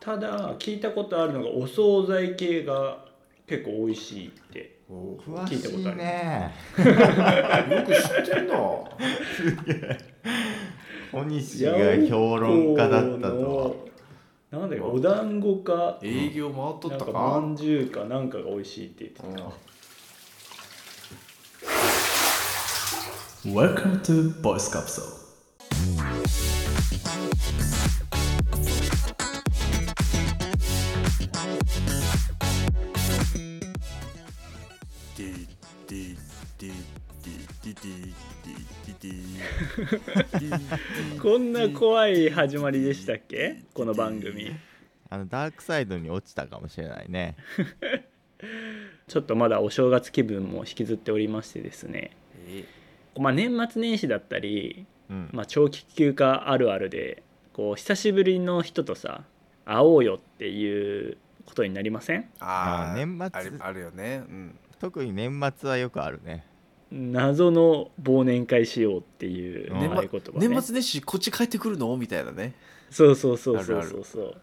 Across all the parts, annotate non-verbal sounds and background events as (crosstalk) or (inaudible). ただ聞いたことあるのがお惣菜系が結構美味しいって聞いお詳たしことあいりねよく知ってんなすげえ小西が評論家だったとはなんだよお団子か営業回なっとんったかかまんじゅうかなんかが美味しいって言ってたうん Welcome to Voice Capsule. ディディディディディディディディディディディデ (laughs) ィこんな怖い始まりでしたっけこの番組あのダークサイドに落ちたかもしれないねちょっとまだお正月気分も引きずっておりましてですねえまあ年末年始だったり、うん、まあ、長期休暇あるあるでこう久しぶりの人とさ会おうよっていうことになりませんあああ年末あるあるよねうん特に年末はよくあるね謎の忘年会しようっていううん合言葉、ね年末年始こっち帰ってくるのみたいなねそうそうそうあそるうあそるうそうある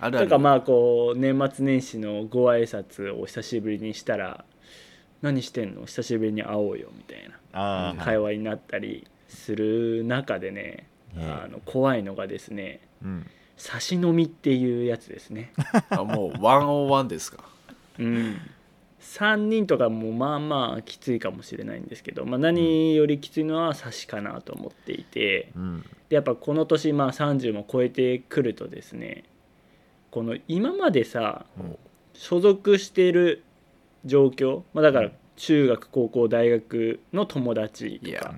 あだるからまあこう年末年始のご挨拶を久しぶりにしたら「何してんの久しぶりに会おうよ」みたいなああ、会話になったりする中でね、ねあの怖いのがですねうん、差し飲みっていうやつですね、あもう101ですかうん、3人とかもまあまあきついかもしれないんですけど、まあ、何よりきついのは差しかなと思っていてうん、でやっぱこの年まあ30も超えてくるとですねこの今までさうん所属してる状況、まあ、だから中学高校大学の友達といかや、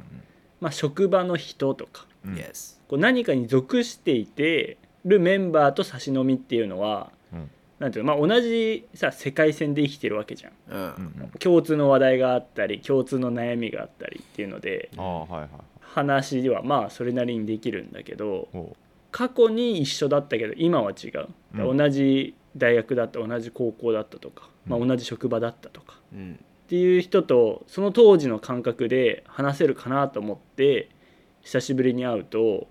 まあ、職場の人とかうん Yes こう何かに属していてるメンバーと差し飲みっていうのは、うんなんていうの、まあ、同じさ世界線で生きてるわけじゃんううんん、共通の話題があったり共通の悩みがあったりっていうのでああはいはい話はまあそれなりにできるんだけどおう過去に一緒だったけど今は違う、うん同じ大学だった同じ高校だったとか、まあ、うん同じ職場だったとかうんっていう人とその当時の感覚で話せるかなと思って久しぶりに会うと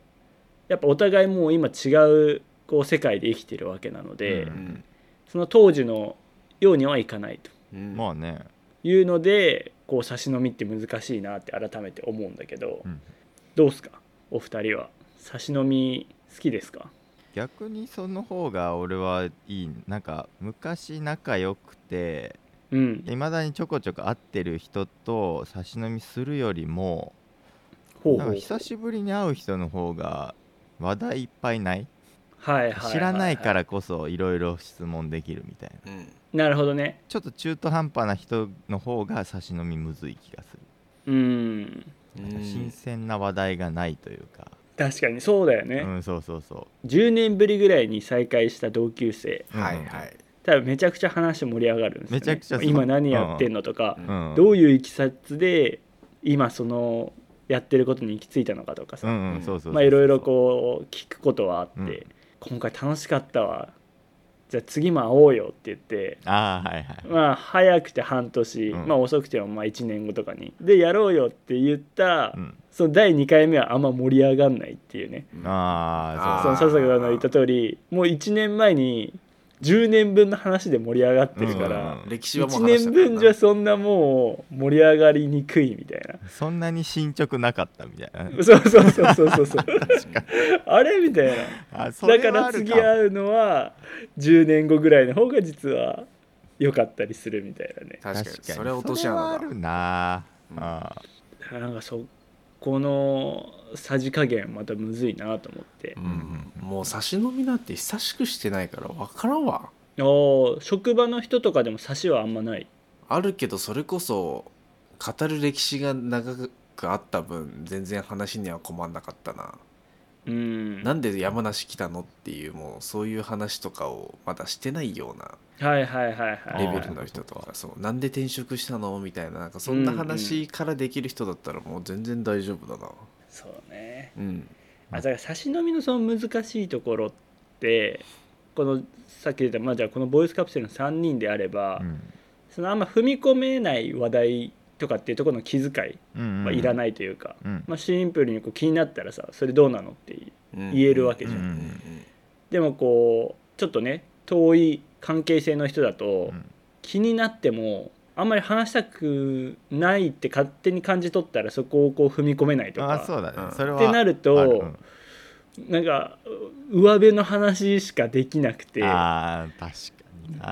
やっぱお互いもう今違うこう世界で生きてるわけなので、ううんんその当時のようにはいかないとうんまあねいうのでこう差し飲みって難しいなって改めて思うんだけど、うんどうすかお二人は差し飲み好きですか逆にその方が俺はいいなんか昔仲良くてうんいまだにちょこちょこ会ってる人と差し飲みするよりもほうなほんうか久しぶりに会う人の方が話題いっぱいないはいはいはいはい知らないからこそいろいろ質問できるみたいなうんなるほどねちょっと中途半端な人の方が差し飲みむずい気がするうんうん新鮮な話題がないというか確かにそうだよね、うんそうそうそ10年ぶりぐらいに再会した同級生うはいはい多分めちゃくちゃ話盛り上がるんですよ、ね、めちゃくちゃそう今何やってんのとか、うんうんどういういきさつで今そのやってることに行き着いたのかとかうさ、んうんそうそうそうまあいろいろこう聞くことはあって、うん今回楽しかったわじゃあ次も会おうよって言ってうああはいはいまあ早くて半年、うんまあ遅くてもまあ1年後とかにでやろうよって言った、うんその第2回目はあんま盛り上がんないっていうねああそのあー笹倉の言った通りもう1年前に10年分の話で盛り上がってるから、うん歴史はもう1話した年から分なじゃそんなもう盛り上がりにくいみたいな。そうそんなに進捗なかったみたい (laughs) なそうそうそうそうそう (laughs) そうあれみたいなあそだれかはらある次かも会うのは10年後ぐらいの方が実は良かったりするみたいなね確かにそれは落としそ穴れはあだるなうんあなんかそこのさじ加減またむずいなと思ってう、んもう差し飲みなんて久しくしてないから分からんわおー職場の人とかでも差しはあんまないあるけどそれこそ語る歴史が長くあった分全然話には困んなかったな、うんなんで山梨来たのっていうもうそういう話とかをまだしてないようなはいはいはいはいレベルの人とかそうなんで転職したのみたいななんかそんな話からできる人だったらもう全然大丈夫だなそうねうんあだから差し飲みのその難しいところってこのさっき言った、まあ、じゃあこのボイスカプセルの3人であれば、あうんそのあんま踏み込めない話題とかっていうところの気遣いうんはいうらんないというか、うんまあ、シンプルにこう気になったらさそれどうなのっていううん言えるわけじゃんうんうんうんでもこうちょっとね遠い関係性の人だと、うん気になってもあんまり話したくないって勝手に感じ取ったらそこをこう踏み込めないとかあそうだね、うんそれはってなるとあうんなんかう上辺の話しかできなくてあー確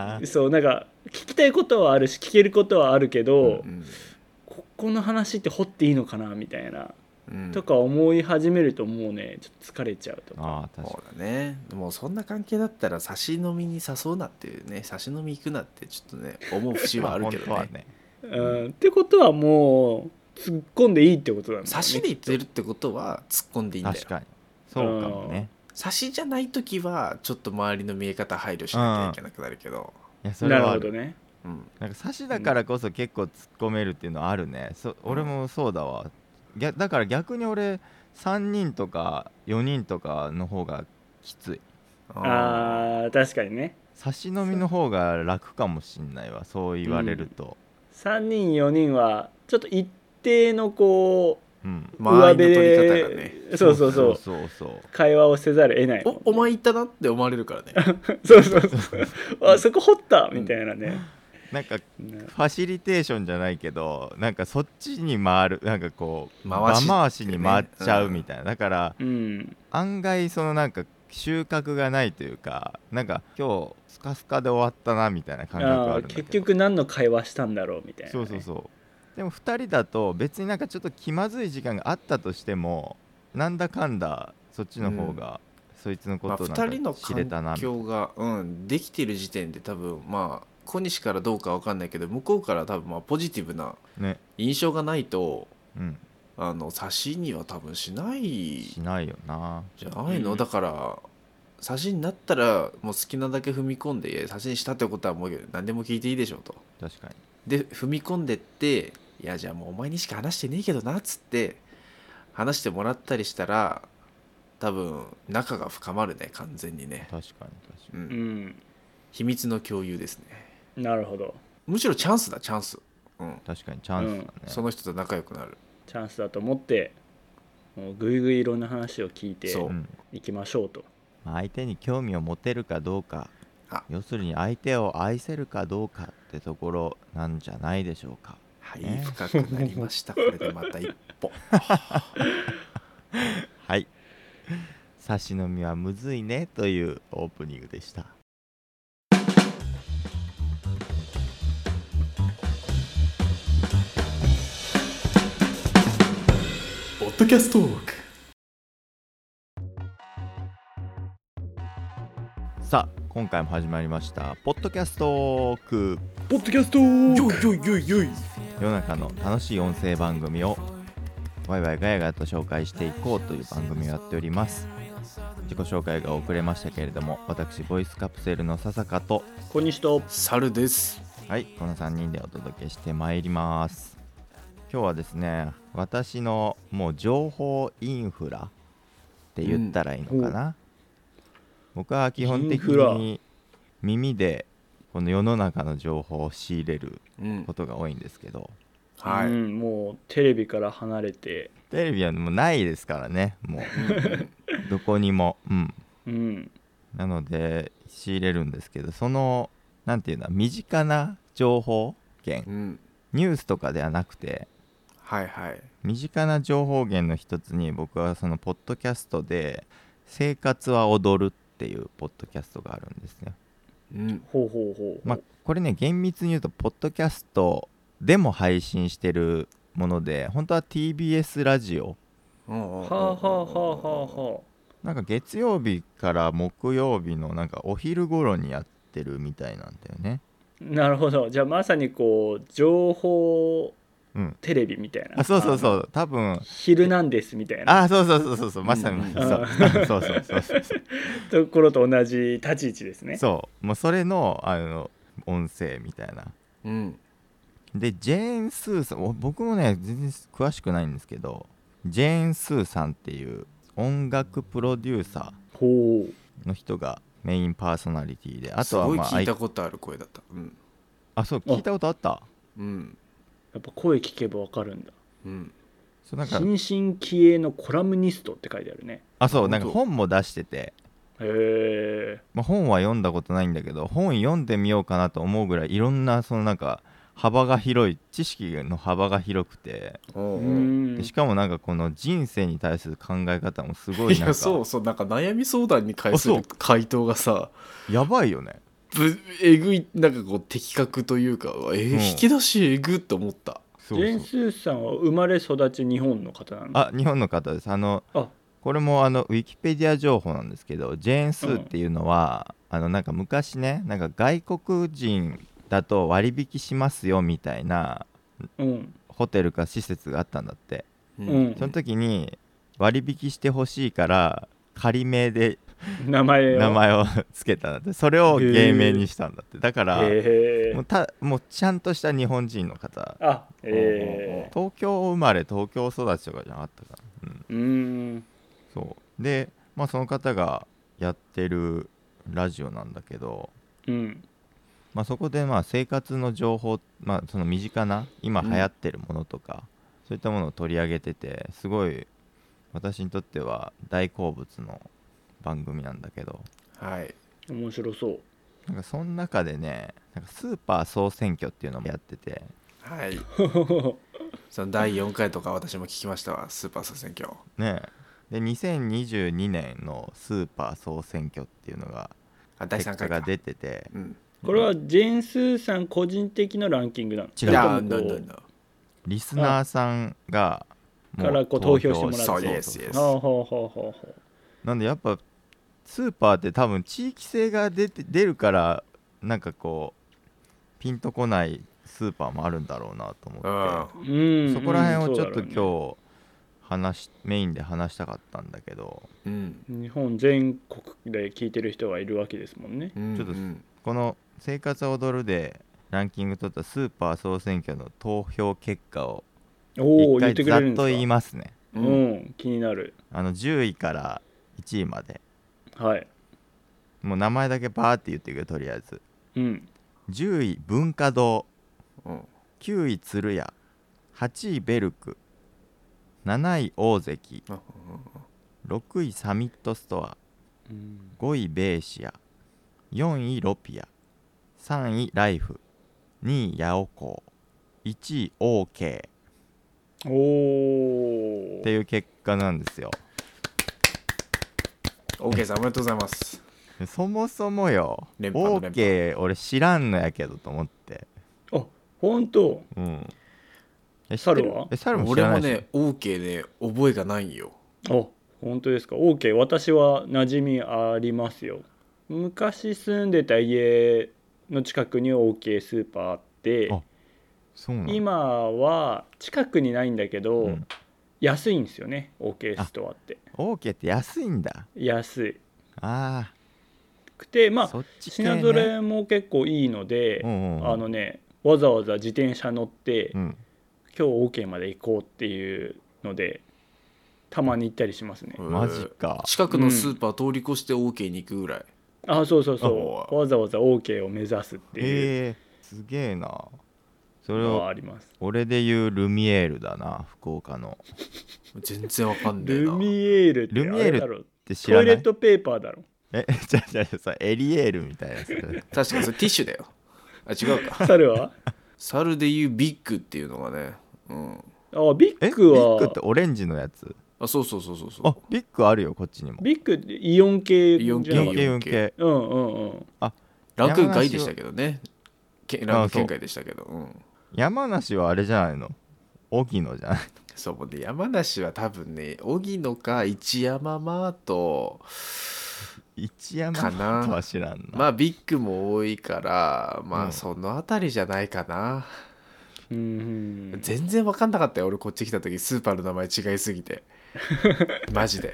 かになそうなんか聞きたいことはあるし聞けることはあるけど、うんここの話って掘っていいのかなみたいな、うんとか思い始めるともうねちょっと疲れちゃうとかあー確かそうだねもうそんな関係だったら差し飲みに誘うなっていうね差し飲み行くなってちょっとね思う節にはあるけまど本ね当はねうん、ってことはもう突っ込んでいいってことなんだよね差しで言ってるってことは突っ込んでいいんだよ確かにそうかもね差しじゃない時はちょっと周りの見え方配慮しなきゃいけなくなるけど、いやそれなるはあほるどねうん、なんか差しだからこそ結構突っ込めるっていうのはあるね、そ俺もそうだわ逆だから逆に俺3人とか4人とかの方がきついあー確かにね差し飲みの方が楽かもしんないわそう言われると3人4人はちょっと一定のこうん、う間合いの上取り辺方がねでそうそうそうそうそうそう会話をせざるを得ないもんおお前行ったなって思われるから (laughs) ねそうそうそうあそこ掘ったみたいなね、なんかフねァシリテーションじゃないけどなんかそっちに回るなんかこう回し場回しに回っちゃうみたいな、だからうん案外そのなんか収穫がないというかなんか今日スカスカで終わったなみたいな感覚がああるんーだけ結ど局何の会話したんだろうみたいなね、そうそうそうでも2人だと別になんかちょっと気まずい時間があったとしてもなんだかんだそっちの方が、そいつのこまあ、とな2人んのか知れたな環境が、うん、できてる時点で多分まあ小西からどうかわかんないけど向こうから多分まあポジティブなね、印象がないとうん、あの差しには多分しないしないよなじゃないの、うんだから写真になったらもう好きなだけ踏み込んで写真したってことはもう何でも聞いていいでしょうと確かにで踏み込んでっていやじゃあもうお前にしか話してねえけどなっつって話してもらったりしたら多分仲が深まるね完全にね、確かに確かうにんうん、秘密の共有ですねなるほどむしろチャンスだチャンス、うん、確かにチャンスだね、その人と仲良くなるチャンスだと思ってもうぐいぐいいろんな話を聞いてそううんいきましょうとまあ相手に興味を持てるかどうかあ要するに相手を愛せるかどうかってところなんじゃないでしょうかはい、ね深くなりましたこれでまた一歩はい差し飲みはむずいねというオープニングでしたポッドキャストトークさあ今回も始まりましたポッドキャストトークポッドキャストよ世の中の楽しい音声番組をワイワイガヤガヤと紹介していこうという番組をやっております自己紹介が遅れましたけれども私ボイスカプセルの笹香と小西と猿ですはい、この3人でお届けしてまいります。今日はですね、私のもう情報インフラって言ったらいいのかな。僕は基本的イに耳でこの世の中の情報を仕入れるうんことが多いんですけど、はい、うん、もうテレビから離れて、テレビはもうないですからね、もうどこにも。うん、うん、なので仕入れるんですけど、そのなんていうの身近な情報源、うん、ニュースとかではなくて。はいはい身近な情報源の一つに僕はそのポッドキャストで「生活は踊る」っていうポッドキャストがあるんですね。うんほうほうほう、まあ、これね厳密に言うとポッドキャストでも配信してるもので本当は TBS ラジオうんうんうんうんはあはあはあはあはなんか月曜日から木曜日のなんかお昼頃にやってるみたいなんだよね。あなるほどじゃあまさにこう情報うん、テレビみたいなあそうそううそう多分「ヒルナンデス」みたいなあそうそうそうそうそうまさにうんそう (laughs) そうそうそう (laughs) そうところと同じ立ち位置ですねそうもうそれのあの音声みたいなうんでジェーン・スーさんお僕もね全然詳しくないんですけどジェーン・スーさんっていう音楽プロデューサほうーの人がメインパーソナリティであとはすごいまああ聞いいたことある声だったうんあそう聞いたことあったうんやっぱ声聞けばわかるんだうんそうなんか新進気鋭のコラムニストって書いてあるねあそうなんか本当本も出しててへへえまあ、本は読んだことないんだけど本読んでみようかなと思うぐらいいろんなそのなんか幅が広い知識の幅が広くておうおううでんしかもなんかこの人生に対する考え方もすごいいなんやそかうそうなんか悩み相談に対すあそるう回答がさやばいよねぶえぐいなんかこう的確というかうわえーうん引き出しえぐって思ったそジうそェうーン・スーさんは生まれ育ち日本の方なのあ日本の方ですあのあこれもあのウィキペディア情報なんですけどジェーン・スーっていうのは、あのなんか昔ねなんか外国人だと割引しますよみたいなうんホテルか施設があったんだってううんその時に割引してほしいから仮名で名前を名前をつけたんだってそれを芸名にしたんだってだからへえもうたもうちゃんとした日本人の方あえ東京生まれ東京育ちとかじゃなかったかな、うん、えうんそうで、まあ、その方がやってるラジオなんだけど、うんまあ、そこでまあ生活の情報、まあ、その身近な今う流ん行ってるものとか、そういったものを取り上げててすごい私にとっては大好物の番組なんだけどはい面白そう (laughs) なんかその中でねなんかスーパー総選挙っていうのもやっててはいほほほその第4回とか私も聞きましたわスーパー総選挙ねで2022年のスーパー総選挙っていうのがあ第結3果回かが出ててうんこれはジェーン・スーさん個人的なランキングなの違いやそなれんともこうだなんだリスナーさんがもからこう投票してもらって投票そうです Yes はあはあはあはあはあなんでやっぱスーパーって多分地域性が出て出るからなんかこうピンとこないスーパーもあるんだろうなと思っううんて、うんそこら辺をちょっそとうだろうね今日話しメインで話したかったんだけどん日本全国で聞いてる人がいるわけですもんねうんちょっとうんこの「生活を踊る」でランキング取ったスーパー総選挙の投票結果をおお言一っ回てくざれるっんとで言いすかますねううんん気になるあの10位から1位まではいもう名前だけバーって言っていくよとりあえずうん10位文化堂うん9位鶴屋8位ベルク7位大関あ6位サミットストアうん5位ベーシア4位ロピア3位ライフ2位ヤオコー1位オーケおーおっていう結果なんですよ OK さんおめでとうございますそもそもよオ連覇の連覇ーケー俺知らんのやけどと思ってあ本当うんえ知ってる猿はえ猿も知俺らなもいでしょね OK ね覚えがないよあ本当ですか OK 私は馴染みありますよ昔住んでた家の近くに OK スーパーあってあそうなの今は近くにないんだけど、うん安いんですよね OK ストアってオーケーって安いんだ安あくてまああそっち系、ね、品揃えも結構いいので、うんうんあのねわざわざ自転車乗って、うん今日 OK まで行こうっていうのでたまに行ったりしますね、マジか近くのスーパー通り越して OK に行くぐらいあそうそうそうあわざわざ OK を目指すっていうえー、すげえなそれのはをあります、俺で言うルミエールだな福岡の全然わかんねえルなミエールってルミエあールれだろって知トらイなレッいトペーパーだろえ (laughs) じゃじゃじゃさエリエールみたいなそれ確かにそれティッシュだよあ違う (laughs) か猿は猿でいうビッグっていうのがねうんあビえッグビッグはってオレンジのやつあそうそうそうそうそあうビッグあるよこっちにもビッグってイオン系じイゃオンな系かった4系4系うんうんうんランク外でしたけどねけランク圏外でしたけどうん山梨はあれじゃないの荻野じゃない (laughs) そうで山梨は多分ね荻野か一山マート一山かなとは知らんなまあビッグも多いからまうんあその辺りじゃないかな、うんうん全然分かんなかったよ俺こっち来た時スーパーの名前違いすぎてマジで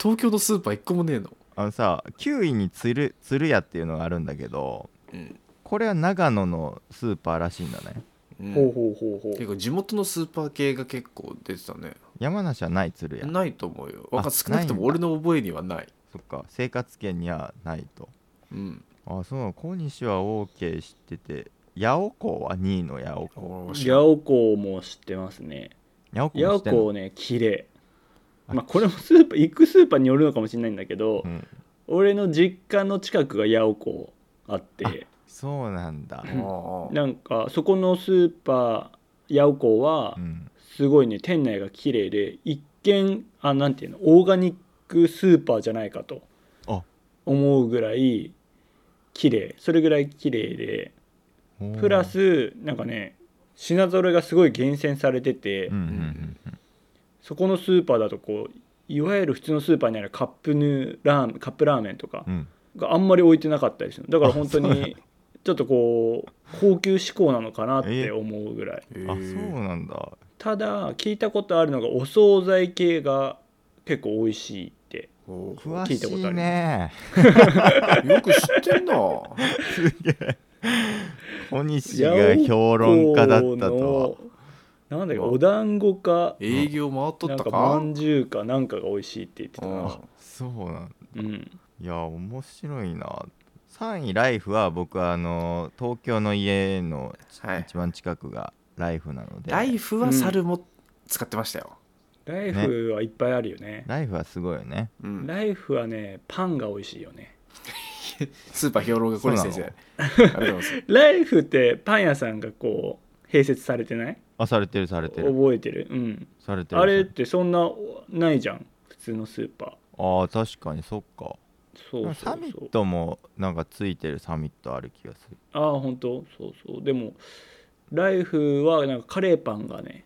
東京のスーパー一個もねえのあのさ9位に鶴鶴屋っていうのがあるんだけどうん、これは長野のスーパーらしいんだねうんほうほうほうほ結う構地元のスーパー系が結構出てたね山梨はない鶴屋ないと思うよわかあ少なくともない俺んだの覚えにはないそっか生活圏にはないとうんあそう小西は OK 知ってて八尾港は2位の八尾港おー知らヤんオコーも知ってますね八尾港ヤも知オってんのコーね綺麗あまあこれもスーパー行くスーパーによるのかもしれないんだけど、うん俺の実家の近くが八百子あってそうなんだあーなんかそこのスーパー八百子はうんすごいね店内が綺麗で一見あなんていうのオーガニックスーパーじゃないかとあ思うぐらい綺麗それぐらい綺麗でおープラスなんかね品揃えがすごい厳選されてて、うんうんうんうんそこのスーパーだとこういわゆる普通のスーパーにあるカップヌーラーメンカップラーメンとかうんがあんまり置いてなかったりするだから本当あ (laughs) そうなんにちょっとこう高級志向なのかなって思うぐらいへあそーうなんだただ聞いたことあるのがお惣菜系が結構美味しいっておー詳聞いたことしあいりねよく知ってんな。小西が評論家だったとこうのなんだっけお団子か営業回っとなっんたかか。まんじゅうかなんかが美味しいって言ってたうんなはそうなんうんいや面白いな3位ライフは僕はあの東京の家のはい。一番近くがライフなのでライフは猿も使ってましたよ。ライフはいっぱいあるよねライフはすごいよねうんライフはねパンが美味しいよねスーパー評論家小西先そう生。なのありがとうございます。ライフってパン屋さんがこう併設されてないあされてるされてる覚えてるうんされてるあれってそんなないじゃん普通のスーパーああ確かにそっかそうそうサミそッうトもなんかついてるサミットある気がするああ本当そうそうでもライフはなんかカレーパンが (laughs) ね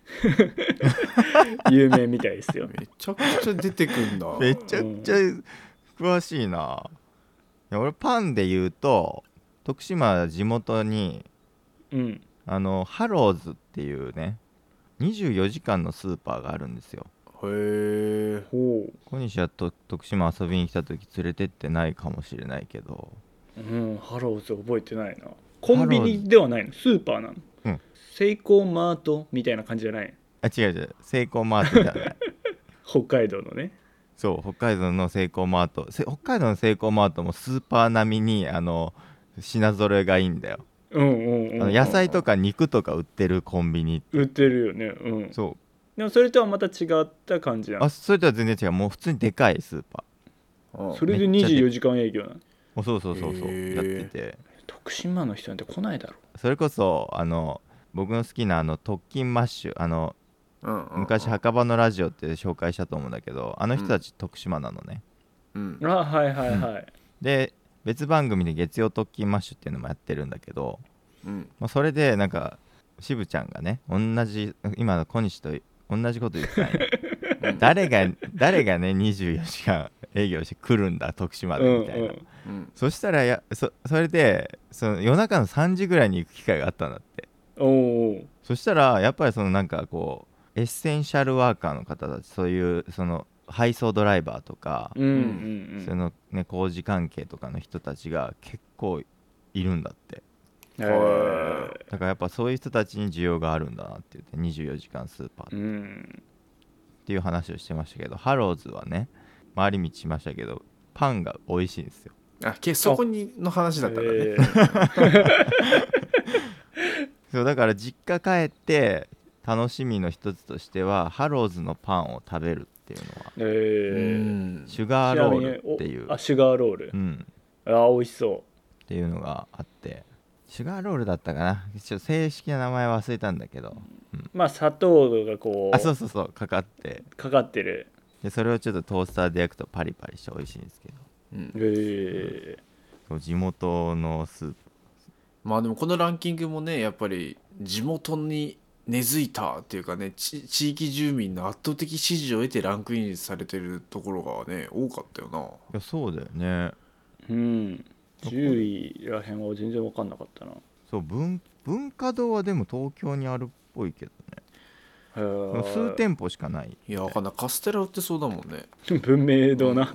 有名みたいですよめちゃくちゃ出てくんな。めちゃくちゃ詳しいな、いや俺パンで言うと徳島地元にうんあのハローズっていうね24時間のスーパーがあるんですよへえ。ほ小西はと徳島遊びに来た時連れてってないかもしれないけどう、うん、ハローズ覚えてないなコンビニではないのスーパーなの、うんセイコーマートみたいな感じじゃないあ違う違うセイコーマートじゃない北海道のねそう北海道のセイコーマートせ北海道のセイコーマートもスーパー並みにあの品揃えがいいんだようんうんうん、あの野菜とか肉とか売ってるコンビニ売ってるよねうんそうでもそれとはまた違った感じなのあそれとは全然違うもう普通にでかいスーパうんそれでめっちゃで24時間営業なのーもうそうそうそうそうへーやってて徳島の人なんて来ないだろそれこそあの僕の好きなあの特勤マッシュあのうんうん昔墓場のラジオって紹介したと思うんだけどあの人たち徳島なのね、うんあはいはいはい、で別番組で月曜特勤マッシュっていうのもやってるんだけど、うんまあ、それでなんか渋ちゃんがね同じ今の小西と同じこと言ってたんようん誰が (laughs) 誰がね24時間営業して来るんだ徳島でうんみたいな、うんうんそしたらやそそれでその夜中の3時ぐらいに行く機会があったんだっておうおうそしたらやっぱりそのなんかこうエッセンシャルワーカーの方たちそういうその配送ドライバーとか、うんうんうんそのね工事関係とかの人たちが結構いるんだってへーだからやっぱそういう人たちに需要があるんだなって言って24時間スーパーうっんていう話をしてましたけど、ハローズはね回り道しましたけどパンが美味しいんですよあけそこにの話だったんだねへーそうだから実家帰って楽しみの一つとしてはハローズのパンを食べるっていうのはへうーんシュガーロールっていうおあシュガーロールう、ん、あ美味しそっていうのがあってシュガーロールだったかなちょっと正式な名前忘れたんだけどうまあ砂糖がこうあそうそうそうかかってかかってるでそれをちょっとトースターで焼くとパリパリして美味しいんですけどうんへえそう地元のスープまあでもこのランキングもねやっぱり地元に根付いたっていうかねち地域住民の圧倒的支持を得てランクインされてるところがね多かったよないやそうだよねうん10位らへんは全然分かんなかったなそう文文化堂はでも東京にあるっぽいけどへねー数店舗しかないいやわかんないカステラ売ってそうだもんね文明堂な、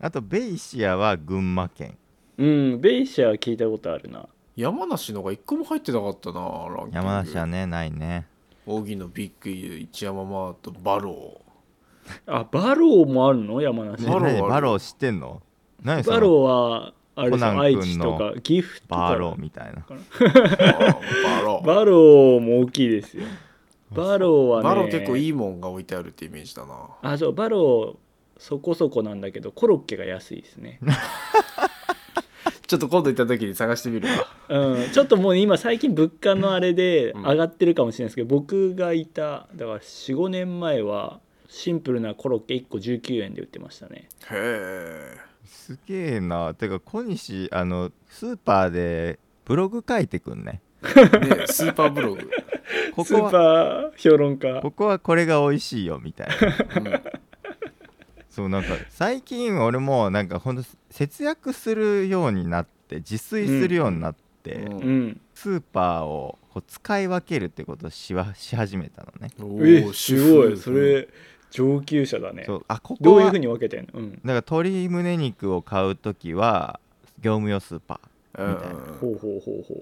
あとベイシアは群馬県うん、ベイシアは聞いたことあるな。山梨のが一個も入ってなかったなランキング山梨はねないね荻野ビッグイ一山マートバロあ、バローもあるの山ね梨。バロー何あるバロー知ってんの何そのバローは、あれでしょコナン君愛の知とか岐阜とか。バローみたいな (laughs) ーあーバローバローも大きいですよ。バローはね、バロー結構いいもんが置いてあるってイメージだなあ、そう、バロー、そこそこなんだけどコロッケが安いですね、ちょっと今度行った時に探してみるわうん、ちょっともう今最近物価のあれでうん上がってるかもしれないですけど、僕がいただから45年前はシンプルなコロッケ1個19円で売ってましたねへえすげえなてか小西あのスーパーでブログ書いてくんねねスーパーブ (laughs) ログ、こスこーはパー評論家ここはこれが美味しいよみたいなそうなんか最近俺もなんかほんと節約するようになって自炊するようになって、ううんんスーパーをこう使い分けるってことをしはし始めたのねおえーすごい主婦それ上級者だねそうあここどういうはふうに分けてんのうんだから鶏胸肉を買う時は業務用スーパーうんみたいなほうほうほうほ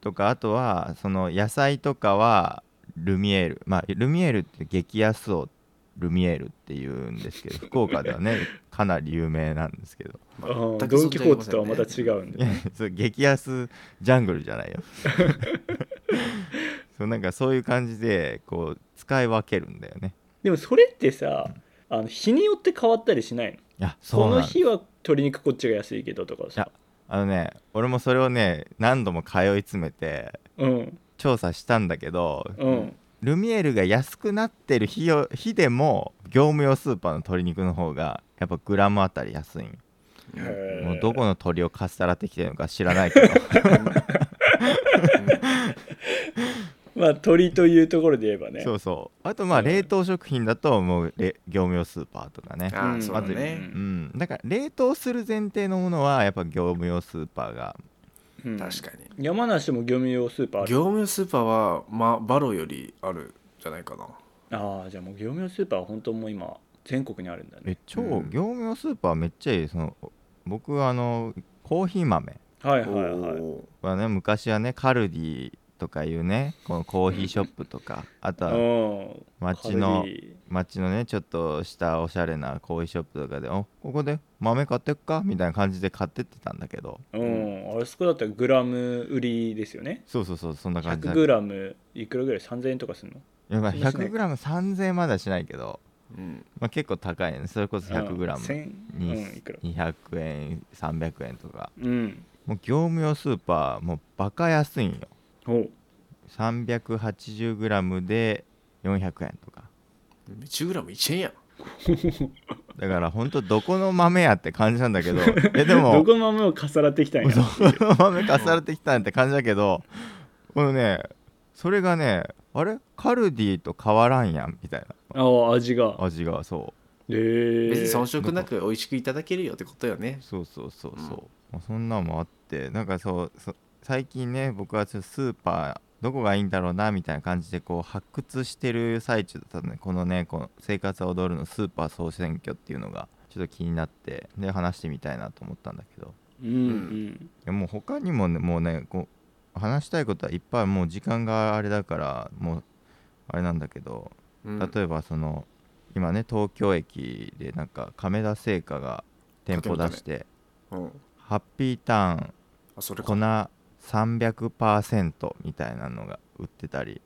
とかあとはその野菜とかはルミエールまあルミエールって激安をルミエールっていうんで (laughs) すけど福岡ではねかなり有名なんですけど (laughs) う、あー全くドそン・うキじゃホあーりませテんねとはまた違うんいでやそれ激安ジャングルじゃな (laughs) いよそうなんかそういう感じでこう使い分けるんだよねでもそれってさあの日によって変わったりしないのいやそこうなのの日は鶏肉こっちが安いけどとかさあのね俺もそれをね何度も通い詰めてうん調査したんだけどうんルミエルが安くなってる日を日でも業務用スーパーの鶏肉の方がやっぱグラムあたり安いんようんへーもうどこの鶏をかっさらってきてるのか知らないけどまあ鳥というところで言えばねそうそうあとまあ冷凍食品だともうれ業務用スーパーとかねあーそうだね、うんだから冷凍する前提のものはやっぱ業務用スーパーがうん確かに山梨も業務用スーパーある業務用スーパーは、まあ、バロよりあるんじゃないかなああじゃあもう業務用スーパーは本当もう今全国にあるんだねえ超うん業務用スーパーめっちゃいいその僕あのコーヒー豆はいはいはいおーはね昔はねカルディとかいうねこのコーヒーショップとかあとはうん街のカルディ街のねちょっとしたおしゃれなコーヒーショップとかで「おここで豆買ってっか?」みたいな感じで買ってってたんだけどうん、あれそこだったらグラム売りですよねそうそうそうそんな感じだ 100g いくらぐらい3000円とかするのいやまあそうですね 100g3000 円まだしないけど、うんまあ、結構高いよねそれこそ 100g200 1うんいくら円300円とかうんもう業務用スーパーもうバカ安いんよほう 380g で400円とか 10g1 円やんだからほんとどこの豆やって感じなん (laughs) だけどえでもどこの豆を重なってきたんやそう豆かされてきたんって感じだけどこのねそれがねあれカルディと変わらんやんみたいああ味なが味がそえ別に遜ー、色なく美味しくいただけるよってことよねうそうそうそうそううん、まあそんなんもあってなんかそうそ最近ね僕はちょっとスーパーどこがいいんだろうなみたいな感じでこう発掘してる最中だったのでこのねこの「生活は踊る」のスーパー総選挙っていうのがちょっと気になってで話してみたいなと思ったんだけどうんうんいやもう他にもねもうねこう話したいことはいっぱいもう時間があれだからもうあれなんだけど、うん例えばその今ね東京駅でなんか亀田製菓が店舗出してうんハッピーターンあそれ粉かへ300%みたいなのが売ってたり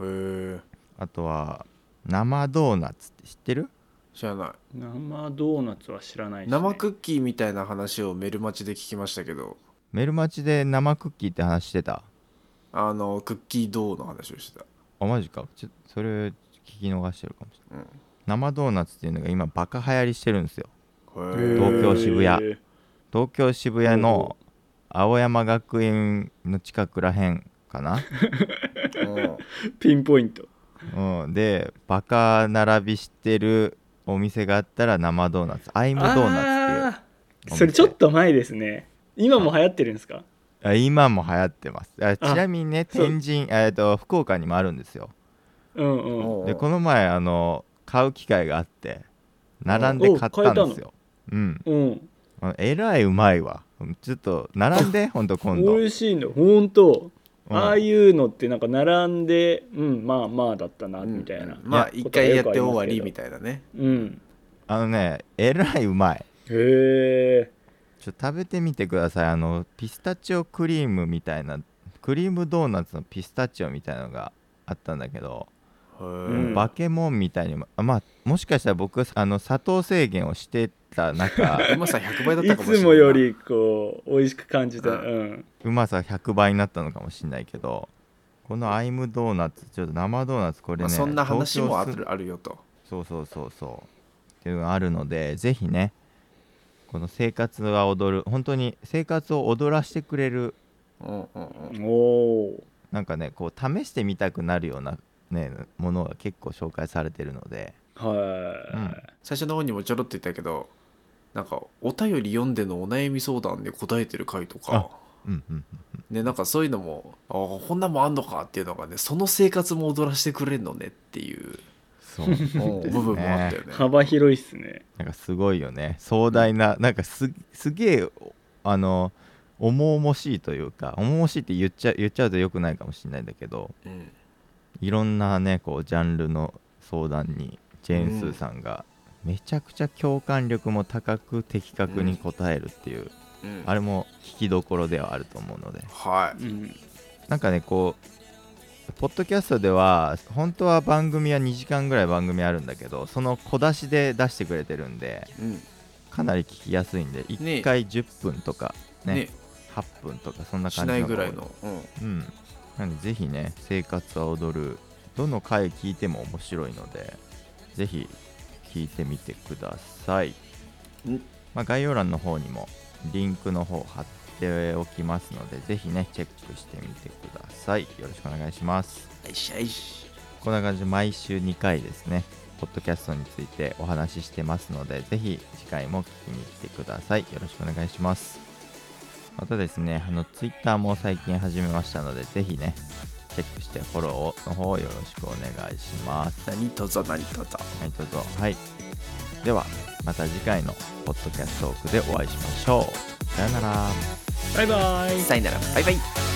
えあとは生ドーナツって知ってる知らない生ドーナツは知らないです、ね、生クッキーみたいな話をメルマチで聞きましたけどメルマチで生クッキーって話してたあのクッキードーの話をしてたあマジかちょそれ聞き逃してるかもしれないうん生ドーナツっていうのが今バカ流行りしてるんですよへえ東京渋谷へー東京渋谷の青山学院の近くらへんか (laughs) な、ピンポイントうん、でバカ並びしてるお店があったら生ドーナツアイムドーナツっていうあーそれちょっと前ですね今も流行ってるんですかあ今も流行ってますあちあなみにねそう天神えっと福岡にもあるんですようんううんんでこの前あの買う機会があって並んで買ったんですようんうんあえらいうまいわちょっと並 (laughs) んでほんと今度美味しいのほんとうんああいうのってなんか並んでうんまあまあだったなうんみたいな、うんまあいや一回やって終わことがりよくありますけどみたいなねうんあのねえらいうまいへえちょっと食べてみてくださいあのピスタチオクリームみたいなクリームドーナツのピスタチオみたいなのがあったんだけどへへうんーバケモンみたいにもあまあもしかしたら僕あの砂糖制限をしてた (laughs) 中うまさ100倍だっいたかもしれないつもよりこう美味しく感じた、ううんん、うまさ100倍になったのかもしれないけどこのアイムドーナツちょっと生ドーナツこれね、まあ、そんな話もあ東京るあるよとすそうそうそうそうっていうのがあるのでぜひねこの生活は踊る本当に生活を踊らせてくれるうんうんうんおおなんかねこう試してみたくなるようなねものが結構紹介されてるのではい、うん最初の方にもちょろっと言ったけどなんかお便り読んでのお悩み相談で答えてる回とかうんうんねなんかそういうのもあこんなもんあんのかっていうのがねその生活も踊らせてくれんのねっていうそううん部分もあったよね幅広いっすねなんかすごいよね壮大ななんかすすげえあの重々しいというか重々しいって言っちゃ言っちゃうとよくないかもしれないんだけどうんいろんなねこうジャンルの相談にジェーン・スーさんがめちゃくちゃ共感力も高く的確に答えるっていう、うんあれも聞きどころではあると思うのではうんなんかねこうポッドキャストでは本当は番組は2時間ぐらい番組あるんだけどその小出しで出してくれてるんでいうんかなり聞きやすいんで1回10分とかねね8分とかそんなし感じのないが多ぐらいのうんうんなんでぜひね「生活は踊る」どの回聞いても面白いのでぜひ聞いてみてくださいん、まあ、概要欄の方にもリンクの方貼っておきますのでぜひねチェックしてみてくださいよろしくお願いしますよいしょよいしこんな感じで毎週2回ですねポッドキャストについてお話ししてますのでぜひ次回も聞きに来てくださいよろしくお願いしますまたですねあの Twitter も最近始めましたのでぜひねチェックしてフォローの方よろしくお願いしますょ何とぞ何とぞはいどうぞはいではまた次回のポッドキャストトークでお会いしましょうさよならバイバイさよならバイバイ